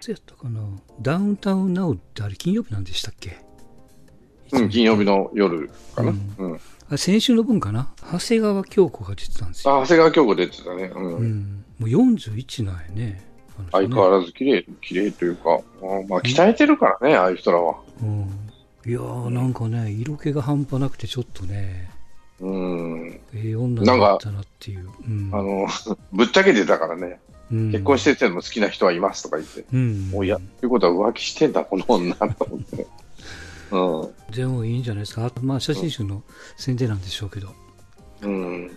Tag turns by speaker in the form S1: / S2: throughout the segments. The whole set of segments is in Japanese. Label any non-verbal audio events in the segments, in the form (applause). S1: つやったかなダウンタウンナウってあれ金曜日なんでしたっけ
S2: うん、金曜日の夜かな。
S1: う
S2: うんん。
S1: あ先週の分かな長谷川京子が出てたんですよ。
S2: あ、長谷川京子出てたね。うん。
S1: うん。もう41なんやね。あの人ね
S2: 相変わらず綺麗、綺麗というか、うんまあ、鍛えてるからね、ああいう人らは。
S1: うん。いやー、なんかね、色気が半端なくてちょっとね、
S2: うん。
S1: ええ女になったなっていう。うん。
S2: あの、 (laughs) ぶっちゃけてたからね、
S1: うん
S2: 結婚してても好きな人はいますとか言って。
S1: うん。
S2: おや、ということは浮気してんだ、こ (laughs) の女と思って。うん。
S1: でもいいんじゃないですか。あとまあ、写真集の宣伝なんでしょうけど。
S2: うん、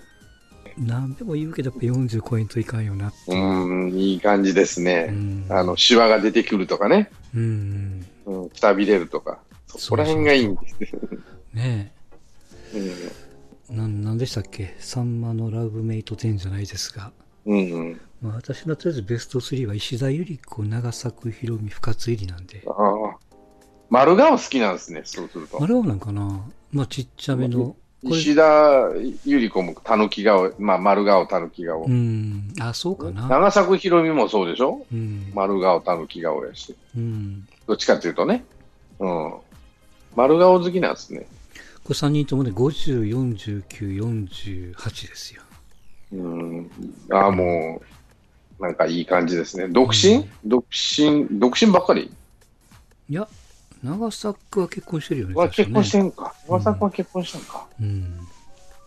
S1: 何でも言うけど、やっぱ40超えんといかんよなっていう。
S2: うん、いい感じです
S1: う
S2: ね。
S1: ん。
S2: あの、シワが出てくるとかね、
S1: うん。
S2: うん、くたびれるとか、そこら辺がいいんですね。
S1: ね
S2: うん
S1: え。なん、なんでしたっけさんまのラブメイト10じゃないですが。
S2: うんうん、
S1: まあ、私のとりあえずベスト3は石田ゆり子、長作ひろみ、深津入りなんで。
S2: ああ。丸顔好きなんですね、そうすると
S1: あ。れはなんかなまあ、ちっちゃめの。これ
S2: 石田ゆり子もたぬき顔、まあ、丸顔、たぬき顔
S1: う。ん。あ、そうかな。
S2: 長作ひろみもそうでしょ
S1: うん。
S2: 丸顔、たぬき顔やし。
S1: うん。
S2: どっちかっていうとね。うん。丸顔好きなんですね。
S1: これ3人ともね、50、49、48ですよ。
S2: うん。ああ、もう、なんかいい感じですね。独身、独身、独身ばっかり
S1: いや、長作は結婚してるよね。
S2: は
S1: 確か
S2: 結婚して
S1: ね。
S2: んか。長作は結婚してんか。
S1: うん。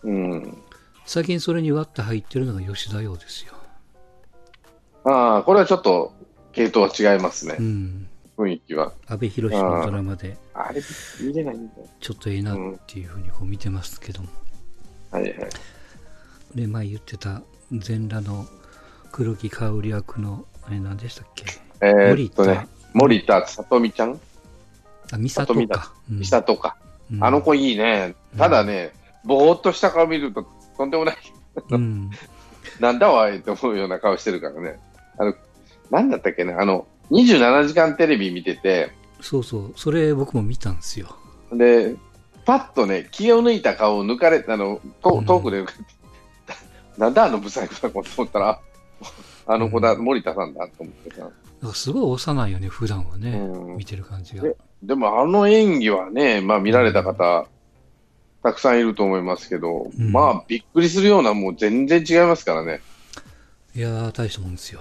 S2: うん。
S1: 最近それに割って入ってるのが吉田洋ですよ。
S2: ああ、これはちょっと、系統は違いますね
S1: う。ん。
S2: 雰囲気は。
S1: 阿部寛のドラマで、
S2: あれ、見れないんだよ。
S1: ちょっとええなっていうふうにこう見てますけども。
S2: はいはい。
S1: で、前言ってた全裸の黒木香織役の、あれ何でしたっけ
S2: えー、っとね、森田さとみちゃん、
S1: あ、美
S2: 里
S1: 里
S2: 見
S1: か
S2: だ。
S1: うん
S2: 下とか、
S1: うん
S2: あの子いいね、ただね、ぼーっとした顔見ると、とんでもない、 (laughs)
S1: うん。
S2: なんだわいって思うような顔してるからね、あのなんだったっけね、あの27時間テレビ見てて、
S1: そうそう。それ僕も見たんですよ。
S2: で、パッとね、気を抜いた顔を抜かれあの
S1: う
S2: と
S1: ん
S2: 遠くで抜かれて、 (laughs) なんだあの不細工な子と思ったら、ああの子だ、
S1: うん
S2: 森田さんだと思ってさ、
S1: なんかすごい幼いよね、普段はね。
S2: うん
S1: 見てる感じが。
S2: ででもあの演技はね、まあ、見られた方、たくさんいると思いますけど、
S1: うん
S2: まあびっくりするような、もう全然違いますからね、
S1: いやー、大したもんですよ。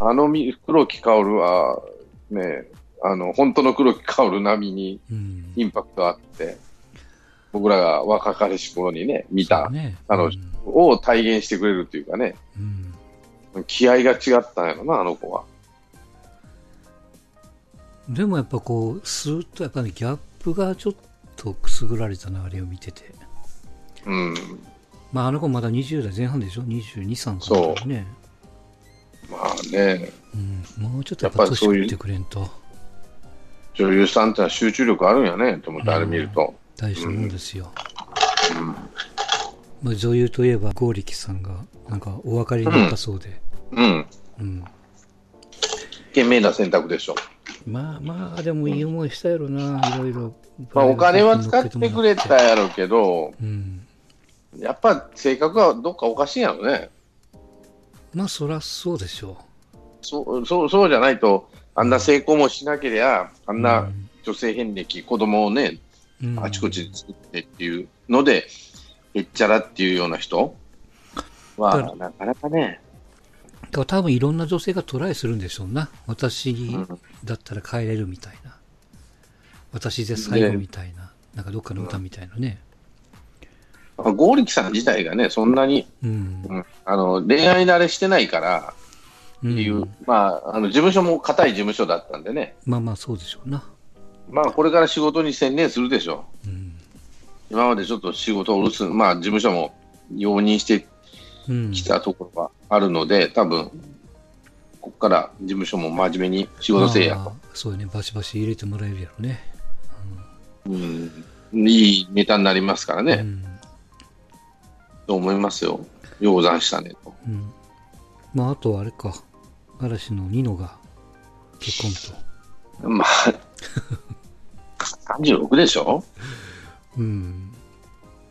S2: あのみ黒木薫はね、あの本当の黒木薫並みに
S1: うん。
S2: インパクトあって、僕らが若かりし頃にね、見
S1: そう
S2: た、
S1: ね。
S2: あの
S1: うん
S2: を体現してくれるというかね、
S1: うん。
S2: 気合が違ったんやろな、あの子は。
S1: でもやっぱこう、スーッとやっぱね、ギャップがちょっとくすぐられたな、あれを見てて。
S2: うん、
S1: まあ、あの子まだ20代前半でしょ ?22、3か
S2: そう
S1: らね。
S2: まあね、
S1: うん。もうちょっとやっ
S2: や
S1: ぱ
S2: っぱり
S1: 年
S2: そういう
S1: 食ってくれんと、
S2: 女優さんってのは集中力あるんやね、と思って、あれ見ると。
S1: 大したもんですよ。まあ、女優といえば、剛力さんが、なんかお分かりになったそうで。
S2: うん、
S1: うん。
S2: 一見面な選択でしょ。
S1: まあまあ、でもいい思いしたやろな、いろいろ。
S2: まあ、お金は使ってくれた。やろうけど、
S1: うん。
S2: やっぱ性格はどっかおかしいんやろね。
S1: まあ、そらそうでしょ
S2: そう、そう、そうじゃないと、あんな成功もしなけりゃ、あ
S1: う。
S2: んな女性遍歴、子供をね、
S1: うん、
S2: あちこちに作ってっていうので、へっちゃらっていうような人
S1: だか
S2: は、なかなかね、
S1: だから多分いろんな女性がトライするんでしょうな。私
S2: うん
S1: だったら帰れるみたいな。私で最後みたいな。なんかどっかの歌みたいなね。
S2: まあ剛力さん自体がね、そんなに、
S1: うん。
S2: うんあの恋愛慣れしてないから
S1: う
S2: っていう、
S1: ん、
S2: まあ、あの事務所も固い事務所だったんでね、
S1: まあまあそうでしょうな。
S2: まあ、これから仕事に専念するでしょう。
S1: うん。
S2: 今までちょっと仕事を留守、まあ、事務所も容認して
S1: うん。
S2: きたところがあるので、多分ここから事務所も真面目に仕事せえや
S1: まあ
S2: と、
S1: まあそうよね。バシバシ入れてもらえるやろね。
S2: うん、いいネタになりますから
S1: う
S2: ね、
S1: ん。
S2: と思いますよ、鷹山したねと。
S1: うん。まああとはあれか。嵐のニノが結婚と。
S2: まあ36でしょ
S1: うん。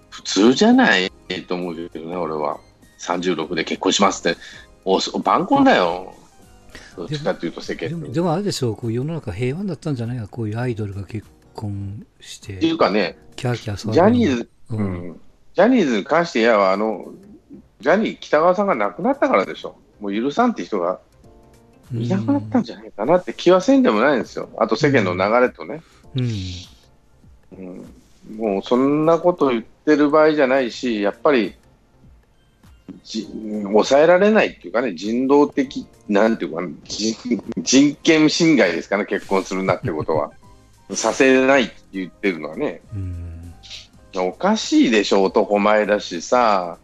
S2: 普通じゃないと思うけどね、俺は。36で結婚しますって、お晩婚だよ。どっちかというと世
S1: で
S2: 間の。
S1: も
S2: っ
S1: でもあれでしょうこう世の中平和だったんじゃないかこういうアイドルが結婚して
S2: ていうかね、
S1: キャーキャー騒ぐ
S2: ジャニーズ、
S1: うん
S2: うんジャニーズに関して言えば、あの、ジャニー北川さんが亡くなったからでしょ。もう許さんって人がいなくなったんじゃないかなって気はせんでもないんですよ。あと世間の流れとね。
S1: うん
S2: うんもうそんなこと言ってる場合じゃないし、やっぱりじ抑えられないっていうかね、人道的、なんていうか、人人権侵害ですかね、結婚するなってことは。させないって言ってるのはね、
S1: うん
S2: おかしいでしょ、男前だしさ、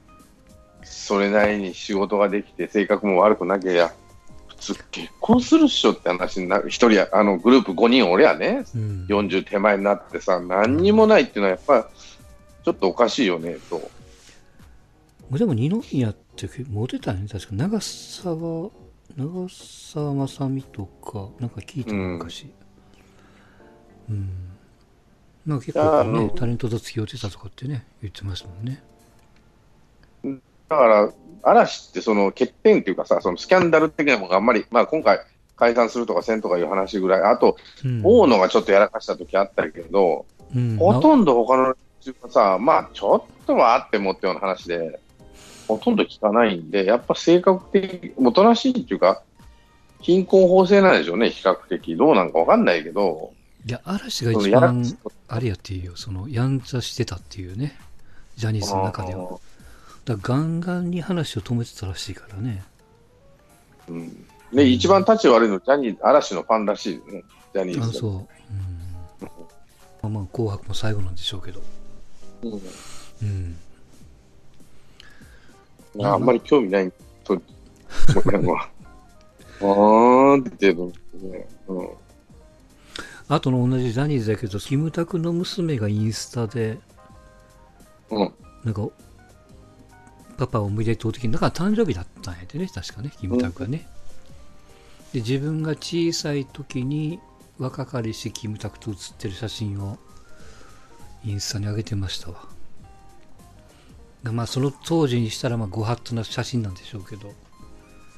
S2: それなりに仕事ができて、性格も悪くなきゃ、普通結婚するっしょって話になる、一人や、あのグループ5人、俺やね、
S1: うん
S2: 40手前になってさ、何にもないっていうのは、やっぱちょっとおかしいよねと、
S1: でも二宮ってモテたね確か長澤長澤まさみとかなんか聞いた
S2: うん
S1: 昔うん、なんか結構
S2: いやあ
S1: ね
S2: の
S1: タレントと付き合ってたとかってね言ってますもんね
S2: だから嵐ってその欠点っていうかさ、そのスキャンダル的なものがあんまり、まあ、今回、解散するとかせんとかいう話ぐらい、あと、
S1: うん
S2: 大野がちょっとやらかした時あったけど、
S1: うん
S2: ほとんど他の連中がさ、まあ、ちょっとはあってもってような話で、ほとんど聞かないんで、やっぱ性格的、おとなしいっていうか、貧困法制なんでしょうね、比較的。どうなんかわかんないけど、
S1: いや嵐が
S2: その
S1: 一
S2: やらか
S1: 番
S2: したこと
S1: あれやっていうよそのやんちゃしてたっていうねジャニーズの中ではだからガンガンに話を止めてたらしいからね
S2: うんね、一番立ち悪いのジャニーズ嵐のファンらしいね、ジャニ
S1: あ
S2: ーズ
S1: そう、うんまあ、まあ紅白も最後なんでしょうけど
S2: うん
S1: うん
S2: まああんまり興味ないと、俺
S1: (laughs)
S2: は。あーんって言うのね、うん
S1: あとの同じジャニーズだけどキムタクの娘がインスタで
S2: うん
S1: なんかパパおめでとう的にだから誕生日だったんやでね確かねキムタクがね、で自分が小さい時に若かりしキムタクと写ってる写真をインスタに上げてましたわでまあその当時にしたらまあご法度な写真なんでしょうけど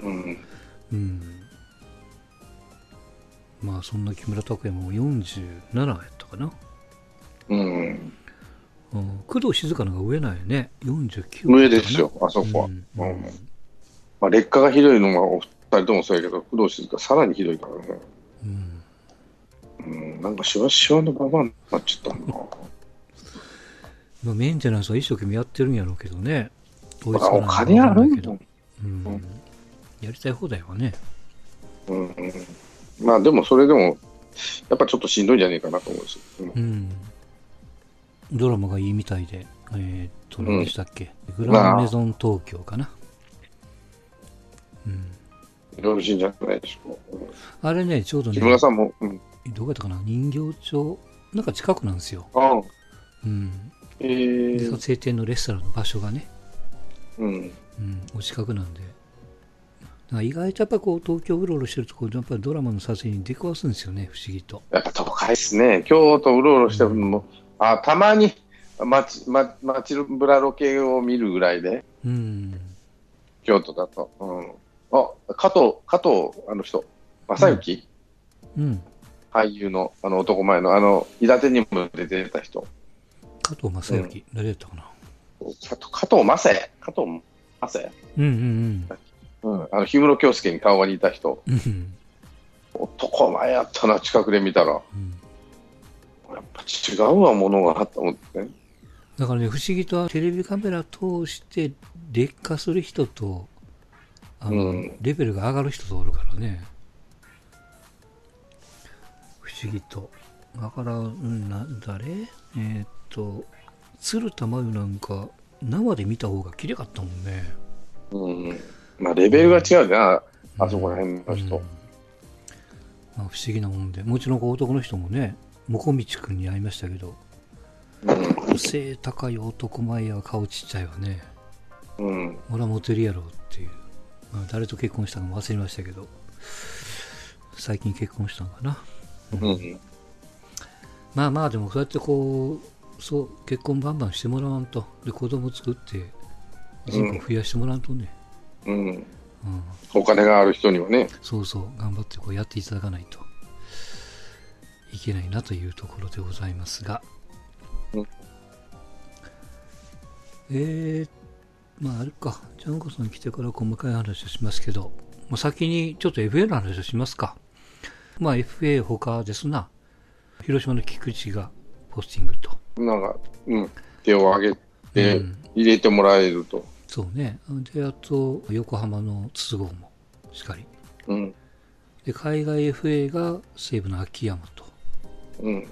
S2: うん
S1: うんまあそんな木村拓哉も47やったかな、
S2: うん、
S1: うん、工藤静香の方が上なんやね49
S2: 上ですよ、あそこは。
S1: うん
S2: うんまあ、劣化がひどいのがお二人ともそうやけど、工藤静香さらにひどいからね。
S1: うん
S2: うん、なんかしわしわのババアになっちゃったな。
S1: まあ、メンテナンスは一生懸命やってるんやろうけどね追
S2: あお
S1: のか
S2: 金ある
S1: わかんなんいけ
S2: だ
S1: ど、うん、やりたい放題はね
S2: うんうん、まあでもそれでも、やっぱちょっとしんどいんじゃねえかなと思うし。うん
S1: うんドラマがいいみたいでえーっと
S2: うん
S1: 何でしたっけ、グランメゾン東京かなうん
S2: いろいろ死んじゃないでしょう。
S1: あれねちょうどね
S2: 木村さんも、うん、
S1: どこやったかな人形町なんか近くなんですよ、
S2: ああ、
S1: うん、
S2: え
S1: で
S2: ー
S1: 撮、影店のレストランの場所がね、
S2: うん、
S1: うん、お近くなんでなんか意外とやっぱこう東京うろうろしてるとこうやっぱりドラマの撮影に出くわすんですよね不思議と
S2: やっぱ都会ですね、京都うろうろしてるのも、あたまに街ま街ブラロケを見るぐらいで、
S1: うん
S2: 京都だと、うん、あ加藤、加藤、あの人、正幸、
S1: うん
S2: 俳優のあの男前の、あの、伊達にも出てた人、
S1: 加藤正幸、誰だったかな
S2: 加藤加藤正也、加藤正也、
S1: うんうん
S2: うん、あの氷室京介に顔が似た人、
S1: うんうん
S2: 男前やったな、近くで見たら、や
S1: うん
S2: っぱ違うわ、ものがと思ってね。
S1: だからね不思議とテレビカメラ通して劣化する人とあの、
S2: うん
S1: レベルが上がる人とおるからね不思議とだから、うん、な誰えーっと鶴田真由なんか生で見た方が綺麗かったもんね
S2: うん、まあ、レベルが違うな、あそこら辺の人。
S1: うんまあ、不思議なもんでもちろんこう男の人もねもこみちくんに会いましたけど背高い男前や顔ちっちゃいわね
S2: うん、
S1: 俺はモテるやろっていう、まあ、誰と結婚したかも忘れましたけど最近結婚したのかな
S2: うん、
S1: まあまあでもそうやってこうそう結婚バンバンしてもらわんとで子供作って人口増やしてもらわんとね、
S2: うん、
S1: うん、
S2: お金がある人にはね。
S1: そうそう、頑張ってこうやっていただかないといけないなというところでございますが
S2: うん。
S1: えー、まああれか、ジャンコさん来てから細かい話をしますけど、まあ、先にちょっと FA の話をしますか。まあ FA 他ですな、広島の菊池がポスティングと。
S2: なんか、うん、手を挙げ
S1: う
S2: て
S1: ん
S2: 入れてもらえると。
S1: そうね。で、あと横浜の筒香もしっかり。
S2: うん、
S1: で、海外 FA が西武の秋山と。
S2: うん、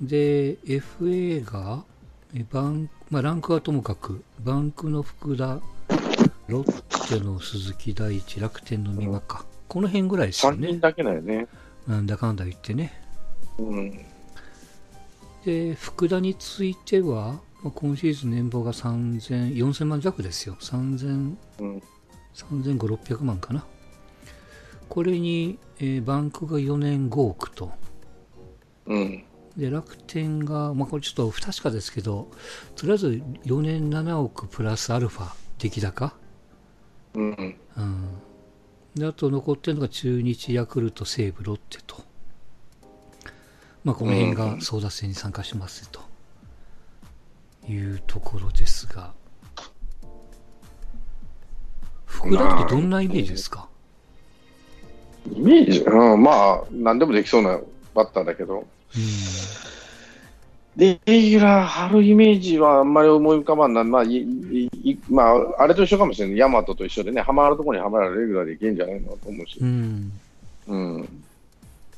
S1: で FA がえバン、まあ、ランクはともかくバンクの福田ロッテの鈴木大地楽天の三馬かこの辺ぐらいですよ
S2: 3
S1: ね
S2: 人だけだよね。
S1: なんだかんだ言ってね
S2: うん、
S1: で福田については、まあ、今シーズン年俸が3000 4000万弱ですよ3000
S2: うん、
S1: 3500600万かなこれに、えーバンクが4年5億と
S2: うん、
S1: で楽天が、まあ、これちょっと不確かですけどとりあえず4年7億プラスアルファ出来高、
S2: うん、
S1: うん、であと残ってるのが中日ヤクルト西武ロッテと、まあ、この辺が争奪戦に参加しますというところですが福田ってどんなイメージですか、
S2: イメージ、うん、まあ、何でもできそうなバッターだけど、
S1: うん
S2: レギュラー張るイメージはあんまり思い浮かばんない、まあ、いいいまあ、あれと一緒かもしれない、ヤマトと一緒でね、はまるとこにはまらレギュラーでいけんじゃないのと思うし、
S1: うん
S2: うん、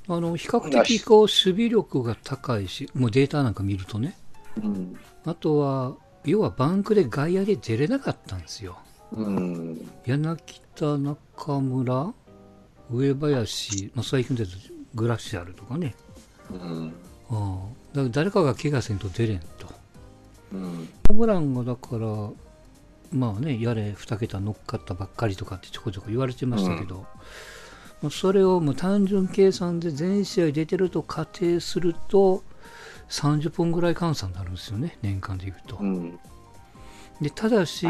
S1: あの比較的こう守備力が高いしもうデータなんか見るとね
S2: うん、
S1: あとは、要はバンクで外野で出れなかったんですよ。
S2: うん、
S1: 柳田、中村、上林、まあ、最近でグラシアルとかね。
S2: うん、
S1: ああだから誰かが怪我せんと出れんと。
S2: うん、
S1: ホームランがだから、まあね、やれ2桁乗っかったばっかりとかってちょこちょこ言われてましたけど、まあそれをもう単純計算で全試合出てると仮定すると、30本ぐらい換算になるんですよね、年間でいうと
S2: う。ん、
S1: でただし、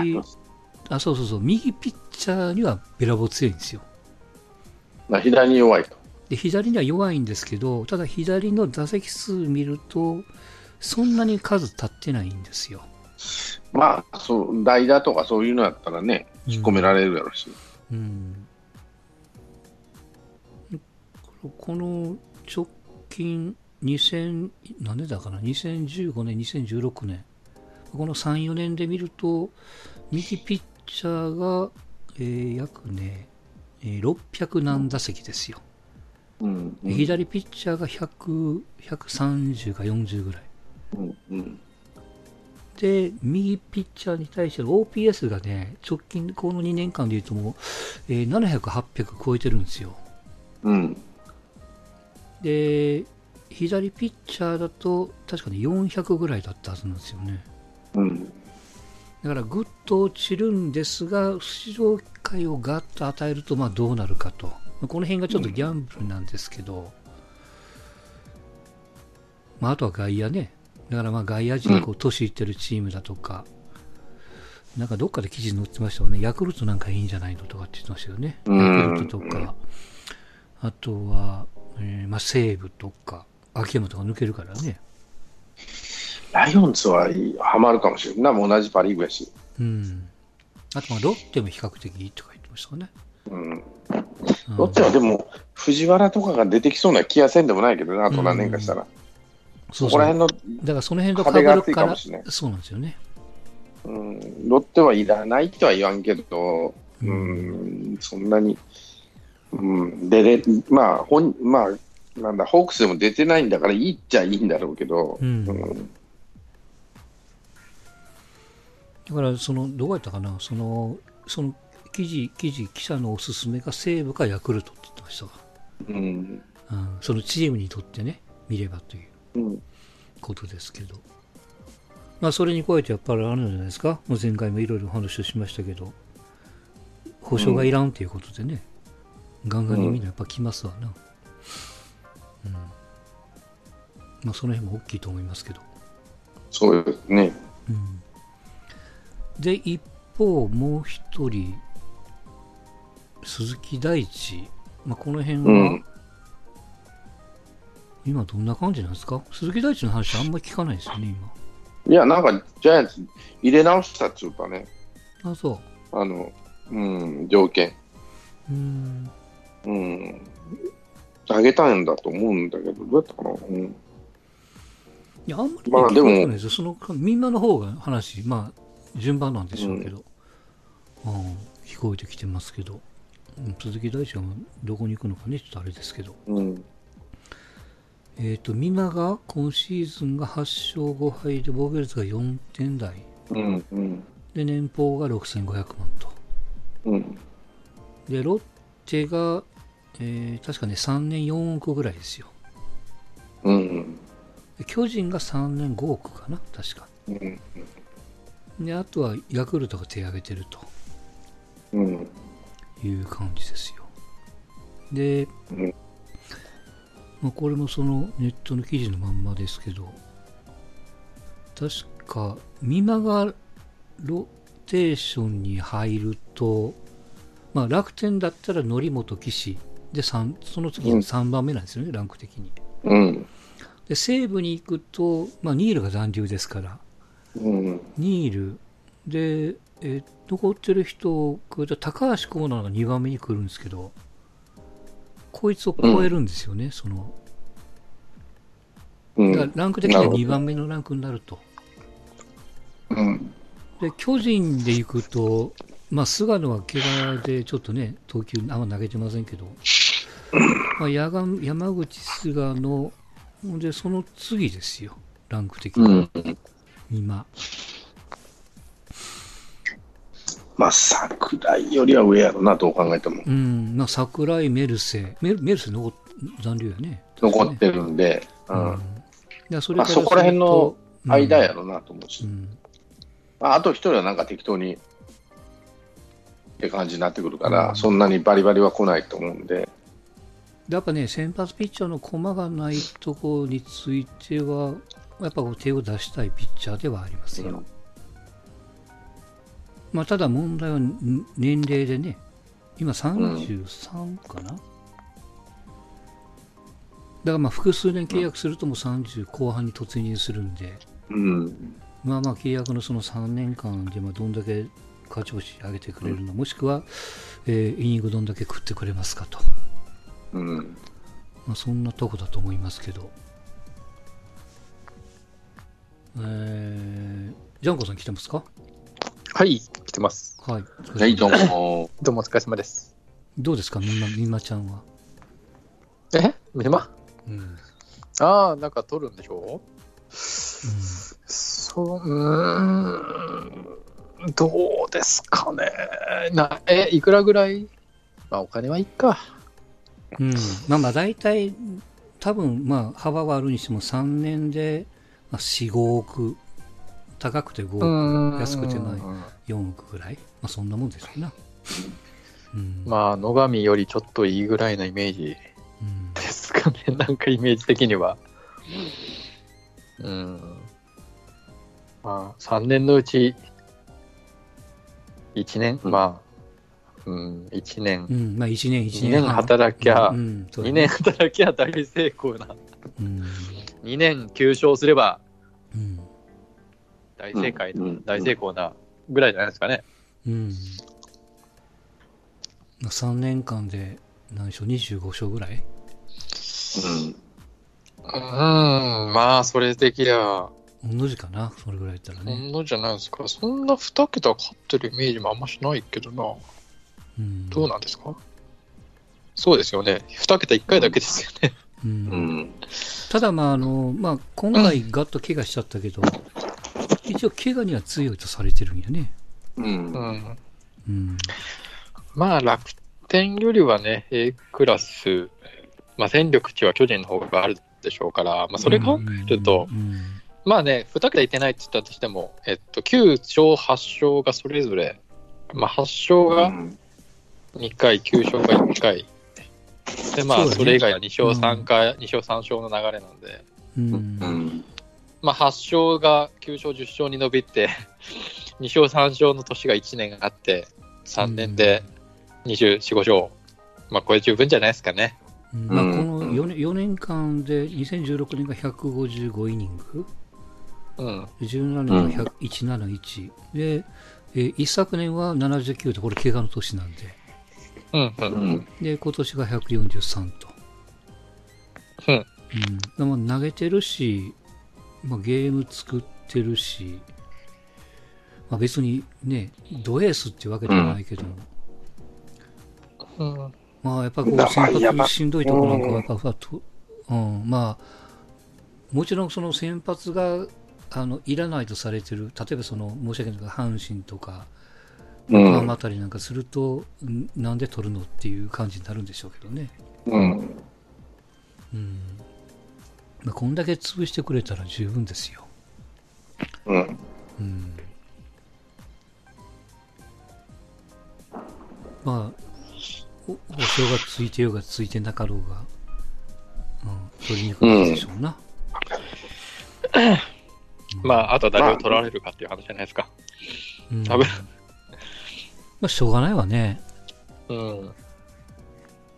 S1: あそうそうそう右ピッチャーにはべらぼう強いんですよ
S2: まあ、左に弱いと、
S1: で左には弱いんですけどただ左の打席数見るとそんなに数立ってないんですよ、
S2: まあ、そう代打とかそういうのやったらね、
S1: うん
S2: 引っ込められるやろうし、
S1: うん、この直近2000何年だかな2015年2016年この34年で見ると右ピッチャーが、えー約ね、えー600何打席ですよ
S2: うん、うん
S1: 左ピッチャーが100 130か40ぐらい
S2: うん、うん、
S1: で右ピッチャーに対しての OPS がね直近この2年間でいうともう、えー700、800超えてるんですよ
S2: うん、
S1: で左ピッチャーだと確かに400ぐらいだったはずなんですよね
S2: うん、
S1: だからぐっと落ちるんですが出場機会をガッと与えるとまあどうなるかとこの辺がちょっとギャンブルなんですけど、まあ、あとは外野ねだからまあ外野陣こう年いってるチームだとか、なんかどっかで記事に載ってましたよねヤクルトなんかいいんじゃないのとかって言ってましたよね、
S2: うん
S1: ヤクルトとかあとは、えーまあ、西武とか秋山とか抜けるからね、
S2: ライオンズはいはまるかもしれない、もう同じパ・リーグやし。
S1: うん、あとまあロッテも比較的いいとか言ってましたよね、
S2: うん
S1: うん
S2: ロッテはでも、藤原とかが出てきそうな気がせんでもないけどな、あと何年かしたら。
S1: そう
S2: こ
S1: そ
S2: こ
S1: う
S2: ら辺の、
S1: だからその辺と
S2: 壁が
S1: 被
S2: 厚
S1: る
S2: い
S1: か
S2: からもしれない
S1: そうなんですよね。
S2: うん、ロッテはいらないとは言わんけど、うん、そんなに、うん、出れ、まあ、本、まあ、なんだ、ホークスでも出てないんだから、いいっちゃいいんだろうけど、
S1: うん
S2: うん
S1: だからそのどうやったかなそのその記事記事記者のおすすめが西武かヤクルトって言ってましたわ
S2: うん、
S1: うん、そのチームにとってね見ればという
S2: うん、
S1: ことですけど、まあそれに加えてやっぱりあるんじゃないですかもう前回もいろいろお話をしましたけど保証がいらんということでね、ガンガンにみんなやっぱ来ますわな、うん、まあその辺も大きいと思いますけど。
S2: そうですね。
S1: うんで一方もう一人鈴木大地、まあ、この辺
S2: う
S1: は
S2: ん。
S1: 今どんな感じなんですか、鈴木大地の話あんまり聞かないですよね、
S2: いや、なんか、ジャイアンツ入れ直したっていうかね、
S1: 今。あ、そ
S2: あの、うん、条件。
S1: う。うーん。
S2: うん。あげたんだと思うんだけど、どうやったかな。うん。
S1: いや、あんまり
S2: まあ
S1: 聞かない
S2: でも
S1: ですよ。その、みんなの方が話、まあ、順番なんでしょうけど、うん聞こえてきてますけど、うん鈴木大地はどこに行くのかね、ちょっとあれですけど。
S2: うん。
S1: えっ、と、美馬が今シーズンが8勝5敗で、防御率が4点台。
S2: うん。うん。
S1: で、年俸が6500万と。
S2: うん。
S1: で、ロッテが、えー確かね、3年4億ぐらいですよ。
S2: うん。
S1: で巨人が3年5億かな、確か。
S2: うん。
S1: で、あとはヤクルトが手挙げてると
S2: うん。
S1: いう感じですよ。で
S2: うん、
S1: まあ、これもそのネットの記事のまんまですけど、確か、美馬がローテーションに入ると、まあ、楽天だったら則本岸で三その次の3番目なんですよね、ランク的に。
S2: うん。
S1: で西武に行くと、まあ、ニールが残留ですから
S2: うん。
S1: ニールで、えー残ってる人を超えた高橋光成が2番目に来るんですけどこいつを超えるんですよね、その
S2: う
S1: だから
S2: ん。
S1: ランク的には
S2: なるほど
S1: 2番目のランクになると
S2: うん。
S1: で巨人で行くと、まあ、菅野は怪我でちょっとね投球あんま投げてませんけど、まあ、野間山口菅野ほんでその次ですよランク的に、
S2: うん。
S1: 今
S2: まあ、桜井よりは上やろな、どう考えても。
S1: うん、まあ、桜井メルセ、メルメルセ残っ残留やね。
S2: 残っ
S1: る。
S2: てるんで、う
S1: うん。だ
S2: ん
S1: か。らそれ
S2: まあ
S1: から
S2: そこら辺の
S1: すると
S2: 間や。ろなと思う
S1: う
S2: し、
S1: ん。
S2: まあ、あと一人はなんか適当にって感じになってくるから、
S1: うん
S2: そんなにバリバリは来ないと思うんで、
S1: やっぱね、先発ピッチャーの駒がないところについては、やっぱこう手を出したいピッチャーではありますよ。
S2: うん
S1: まあ、ただ問題はん年齢でね、今33かな、だからまあ複数年契約するともう30後半に突入するんで、
S2: うん、
S1: まあまあ契約のその3年間でまあどんだけ勝ち星上げてくれるの、もしくは、えーイニングどんだけ食ってくれますかと、
S2: うん、
S1: まあ、そんなとこだと思いますけど、えー、ジャンコさん来てますか
S3: はい、来てます。
S1: はい、
S2: はい、どうも、
S3: どうもお疲れ様です。
S1: どうですかみんなみんなちゃんは、
S3: えメルマ
S1: うんうん
S3: ああ、なんか取るんでしょそう、うーん、どうですかね。なえ、いくらぐらいまあ、お金はいいか。
S1: うん、まあまあ大体多分まあ幅はあるにしても3年でまあ45億高くて5億、
S3: うん
S1: 安くてない4億ぐらい、まあ、そんなもんですよな。うん
S3: まあ、野上よりちょっといいぐらいのイメージ
S1: うん
S3: ですかね。 (laughs) なんかイメージ的には。うん。まあ、3年のうち、1年、
S2: うん
S3: まあ、うん、1年
S1: う、んまあ、1年1
S3: 2
S1: 年
S3: 年
S1: 半
S3: 働きゃ、
S1: うんそうだ
S3: 2
S1: ね
S3: 年働きゃ大成功な。
S1: うん
S3: 2年9勝すれば
S1: うん
S3: 大正解な、
S2: うんうん
S3: 大成功なぐらいじゃないですかね。
S1: うんまあ、3年間で何勝25勝ぐらい、
S3: うーん、まあ、それできりゃ、
S1: ほんの字かな、それぐらいだったら
S3: ほ
S1: ね。
S3: んのじゃないですか。そんな2桁勝ってるイメージもあんましないけどな。
S1: うん
S3: どうなんですかそうですよね。2桁1回だけですよね。
S1: うん
S2: うん、うん、
S1: ただ、まああのまあ、今回、ガッと怪我しちゃったけど、一応、怪我には強いとされてるんやね。
S2: う、
S3: うんん。
S1: うん
S3: まあ、楽天よりはね、A クラス、まあ、戦力値は巨人の方があるでしょうから、まあ、それ考えると、
S1: うん
S3: まあね、2桁いってないって言ったとしても、えっと、9勝、8勝がそれぞれ、まあ、8
S2: う
S3: 勝が
S2: ん、
S3: 2回、9勝が1回、で、ま
S1: そう
S3: あ、
S1: だね
S3: それ以外は2
S1: うん
S3: 勝、3回、2勝、3勝の流れなんで、
S1: うん
S2: うん、
S3: まあ、8勝が9勝、10勝に伸びて、2勝、3勝の年が1年あって、3年で、 24、5勝、まあ、これ十分じゃないですかね。
S1: うんまあ、
S2: うん
S1: この 4, 年4年間で2016年が155イニング
S3: うん、
S1: 17年が171、で、えー一昨年は79とこれ怪我の年なんで
S3: うん、うん、
S2: うん
S1: で今年が143と、
S3: うん
S1: うんまあ、投げてるし、まあ、ゲーム作ってるし、まあ、別にねドエースってわけではないけども、
S3: うん、
S1: まあ、やっぱこう、
S2: だから
S1: 先
S2: やっぱ
S1: 発しんどいところなんかは、やっぱふわっと、うん、まあ、もちろんその先発が、あの、いらないとされてる、例えばその、申し訳ないけど、阪神とか、
S2: う
S1: 横浜
S2: ん
S1: あたりなんかすると、んなんで取るのっていう感じになるんでしょうけどね。
S2: うん
S1: うん。まあ、こんだけ潰してくれたら十分ですよ。
S2: うん
S1: うん。まあ、おお塩がついてようがついてなかろうが、うん、取りにくいでしょうな。
S3: まあ、あとは誰を取られるかっていう話じゃないですか。
S1: うん、
S3: 多分
S1: まあ、しょうがないわね。
S3: うん、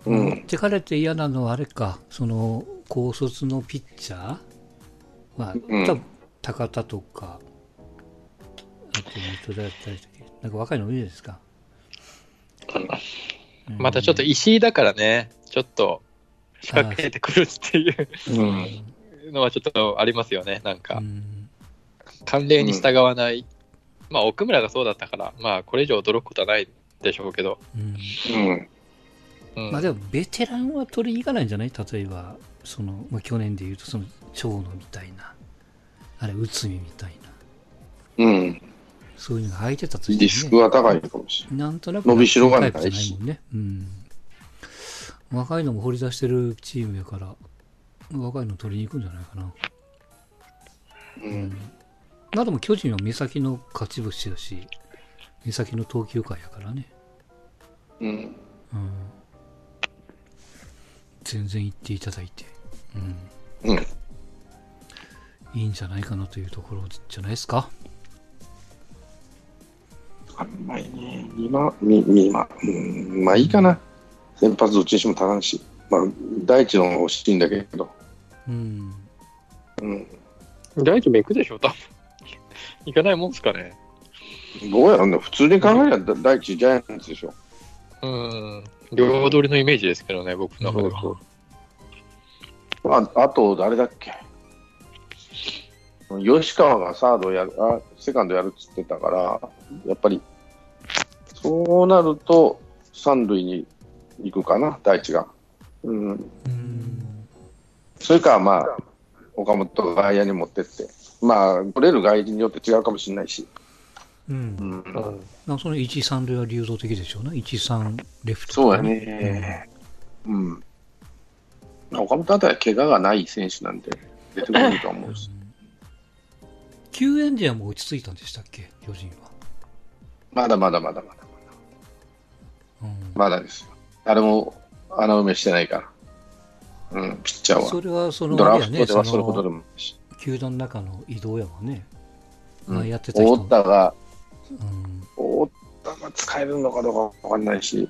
S2: うん
S1: 持ってかれて嫌なのはあれか、その、高卒のピッチャーまあ、
S2: うん
S1: 多分高田とか、あと、本当だったりとか、なんか若いの多いじゃないですか。うん
S3: またちょっと石井だからね、ちょっと仕掛けてくるっていう
S2: うん
S3: のはちょっとありますよね、なん
S1: う
S3: か、
S1: ん
S3: 慣例に従わない、まあ、奥村がそうだったから、まあ、これ以上驚くことはないでしょうけど、
S1: うん
S2: うん
S3: うん
S1: まあでもベテランは取りに行かないんじゃない例えばその、まあ、去年でいうとその長野みたいなあれ内海みたいな
S2: うん
S1: そういうのが空いてたと
S2: リ
S1: し
S2: ス
S1: て
S2: ク
S1: も、ね、
S2: は高いかもし
S1: なんとなく
S2: 伸びしろがない
S1: タイプじゃもんね、うん、若いのも掘り出してるチームやから若いの取りに行くんじゃないかな、
S2: れない。うん
S1: まあでも巨人は目先の勝ち星だし目先の投球回やからね、
S2: うん
S1: うん、全然行っていただいてうん
S2: うん
S1: いいんじゃないかなというところじゃないですか。
S2: あんまりね、今、み今、うん、まあいいかな。先発どっちにしても高いし、まあ、第一の方が欲しいんだけど、
S1: うん。
S2: うん、
S3: 大丈夫行くでしょ、多分 (laughs) 行かないもんですかね。
S2: どうやろうね、普通に考えれば第一ジャイアンツでしょ。
S3: うん、両取りのイメージですけどね、僕の方が。
S2: ああと、誰だっけ吉川がサードやるあ、セカンドやるっつってたから、やっぱり、そうなると、三塁に行くかな、第一が。うん、
S1: うん。
S2: それか、まあ、岡本が外野に持ってって、まあ、取れる外人によって違うかもしれないし、
S1: うん。
S2: ん、
S1: まあ、その1、3塁は流動的でしょうね。1、3、レフト。
S2: そうや。ね、うん、岡本あたりは怪我がない選手なんで、出てくれると思 (laughs) うし、
S1: 9エンディアも落ち着いたんでしたっけ巨人は。
S2: まだまだまだまだ、
S1: うん。
S2: まだですよ、誰も穴埋めしてないから、うん、ピッチャー
S1: そ
S2: は。
S1: れはその、
S2: ドラ
S1: あ
S2: フ
S1: れ
S2: ト
S1: や
S2: ではそれほどで
S1: の
S2: もないし、
S1: 球団の中の移動やもんね。
S2: うん
S1: まあ、やってた人。
S2: 太田が、
S1: うん。
S2: 太田が使えるのかどうかわかんないし、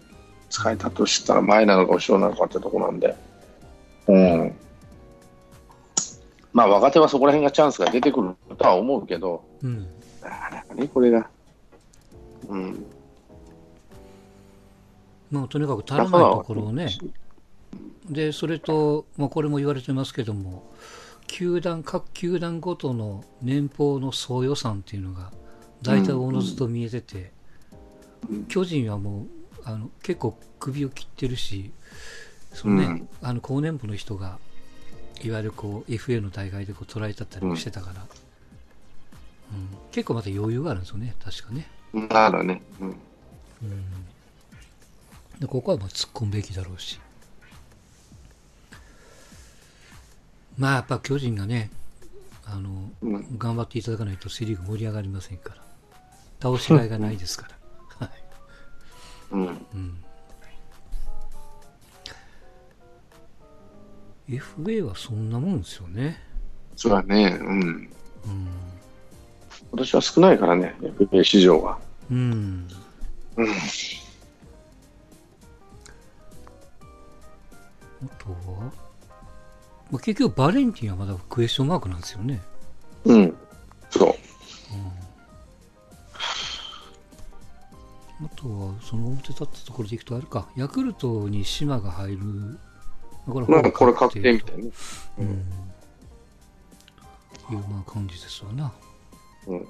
S2: 使えたとしたら前なのか後ろなのかってとこなんで、うん。まあ若手はそこら辺がチャンスが出てくるとは思うけど、
S1: うん。
S2: なかなかね、これが。うん。
S1: まあ、とにかく足らないところをね。で、それと、まあ、これも言われてますけども、球団、各球団ごとの年俸の総予算っていうのが、大体おのずと見えてて、
S2: うん
S1: 巨人はもうあの結構首を切ってるし、そのね、
S2: うん
S1: あの高年俸の人が、いわゆるこう FA の大会でこう捉えたったりもしてたから、うん結構また余裕があるんですよね、確かね。
S2: なるね。うん。
S1: うんでここはまあ突っ込むべきだろうしまあやっぱ巨人がねあの
S2: うん。
S1: 頑張っていただかないとセ・リーグ盛り上がりませんから倒しがいがないですから、はい
S2: うん。
S1: うん、FA はそんなもんですよね、
S2: そうだね。うん。
S1: うん
S2: 今年は少ないからね、FA 市場が。
S1: うん
S2: うん。
S1: あとは、まあ、結局バレンティンはまだクエスチョンマークなんですよね。
S2: うん。そう。
S1: あとは、その表立ったところでいくと、あれか、ヤクルトに島が入る。これ
S2: まあ、これ確定みたいなね。
S1: うん。いうまあ感じですわな。
S2: うん。
S1: あ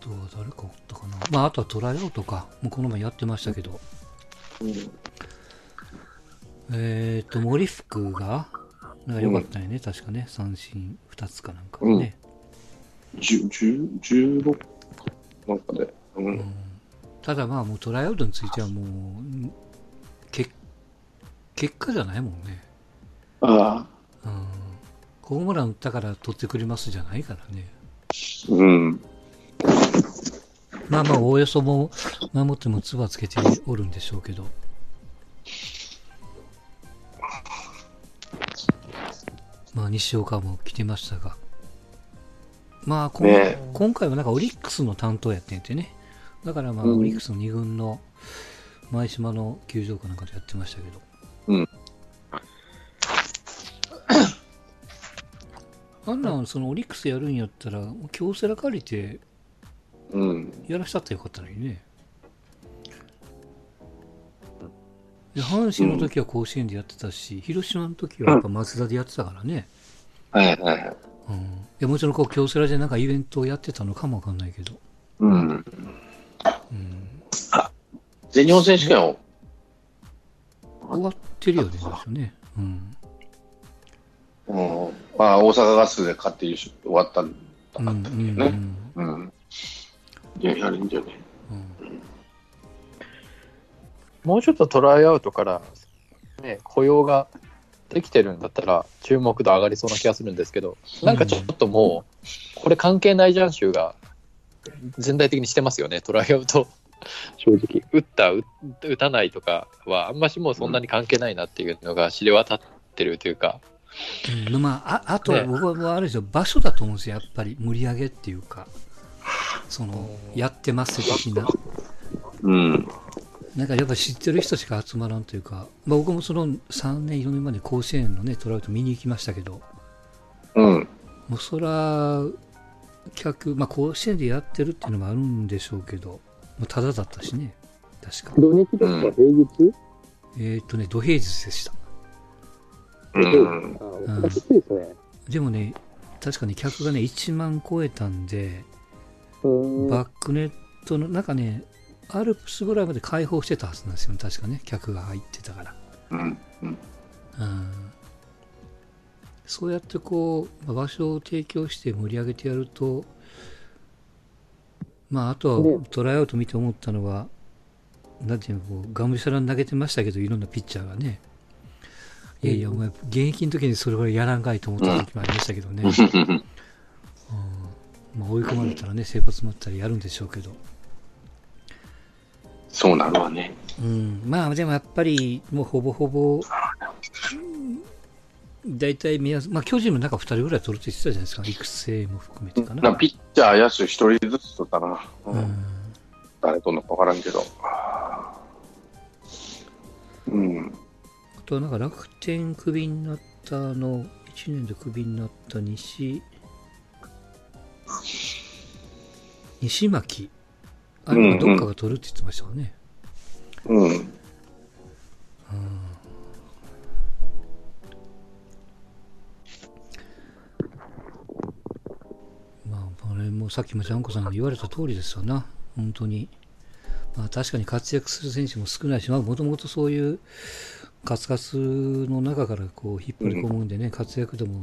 S1: とは誰かおったかな。まあ、あとはトライアウトか。もうこの前やってましたけど。えっ、と、森福が、なんか良かったよね、確かね。三振2つかなんかね。
S2: 10 10 16なんかで。う。
S1: うんんただまあ、もうトライアウトについてはもう、け結果じゃないもんね。
S2: あ
S1: う
S2: あ。
S1: んホームラン打ったから取ってくれますじゃないからね。
S2: うん。
S1: まあまあ、おおよそも守ってもつばつけておるんでしょうけど。まあ、西岡も来てましたが。まあ、こん
S2: ねえ
S1: 今回はなんかオリックスの担当やってんてね。だからまあ、
S2: うん
S1: オリックスの2軍の前島の球場かなんかでやってましたけど。
S2: うん。
S1: あんなん、そのオリックスやるんやったら、京セラ借りて
S2: うん。
S1: やらしたってよかったのにね。で阪神の時は甲子園でやってたし、広島の時はやっぱ松田でやってたからね。
S2: はいはいはい。
S1: うん。いやもちろんこう、京セラでなんかイベントをやってたのかもわかんないけど。
S2: うん。
S1: うん。
S2: 全日本選手権を。
S1: 終わってるよね、最初ね。うん。
S2: うん。まあ、大阪ガスで勝って優勝終わったんだ
S1: うん、う
S2: か
S1: ん
S2: った、
S1: うんう
S2: ね。
S1: ん。
S2: うん。いや、やるんだよね。
S1: うん
S3: もうちょっとトライアウトから、ね、雇用ができてるんだったら、注目度上がりそうな気がするんですけど、なんかちょっともう、これ関係ないジャンシューが全体的にしてますよね、トライアウト。正直。打った、打打たないとかは、あんましもうそんなに関係ないなっていうのが知れ渡ってるというか、
S1: うん。まあ、ああと
S3: ね、
S1: 僕はもうあれですよ、場所だと思うんですよ、やっぱり。盛り上げっていうか、その、やってます的な。
S2: うん。
S1: なんかやっぱ知ってる人しか集まらんというか、まあ、僕もその3年、4年まで甲子園のね、トラウト見に行きましたけど、
S2: うん。
S1: もうそら、客、まあ、甲子園でやってるっていうのもあるんでしょうけど、もうただだったしね、確か。
S3: 土日です
S2: か平
S3: 日
S1: えーっ、とね、土平日でした。
S2: うん。
S1: ん
S3: あ
S1: 難し
S3: いですね。
S1: でもね、確かに客がね、1万超えたんで、バックネットの、なんかね、アルプスぐらいまで開放してたはずなんですよね、確かね、客が入ってたから。
S2: うん。うん。
S1: うんそうやってこうまあ場所を提供して盛り上げてやると、まあ、あとはトライアウト見て思ったのは、なんていうの、こうがむしゃらに投げてましたけど、いろんなピッチャーがね、いやいや、お前、現役の時にそれぐらいやらんかいと思った時もありましたけどね、うんまあ、追い込まれたらね、生活もあったらやるんでしょうけど、
S2: そうなるわね。
S1: うん、まあでもやっぱりもうほぼほぼうん大体目安、まあ、巨人の中2人ぐらい取るって言ってたじゃないですか育成も含めてかな。
S2: なピッチャー、野手一人ずつとったな。
S1: う
S2: うん
S1: ん
S2: 誰とんのか分からんけど。うん。
S1: あとはなんか楽天クビになったあの1年でクビになった西西巻あれはどっかが取るって言ってましたよね、
S2: うん。
S1: まあこれもさっきもジャンコさんが言われた通りですよな本当にまあ確かに活躍する選手も少ないしまあもともとそういうカツカツの中からこう引っ張り込むんでね、活躍度も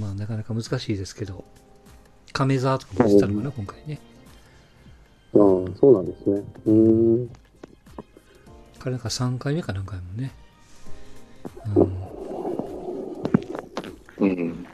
S1: まあなかなか難しいですけど亀沢とかもしたのかな今回ね
S3: そうなんですね。うん。
S1: 彼なんか3回目か何回もね、うん、
S2: うん。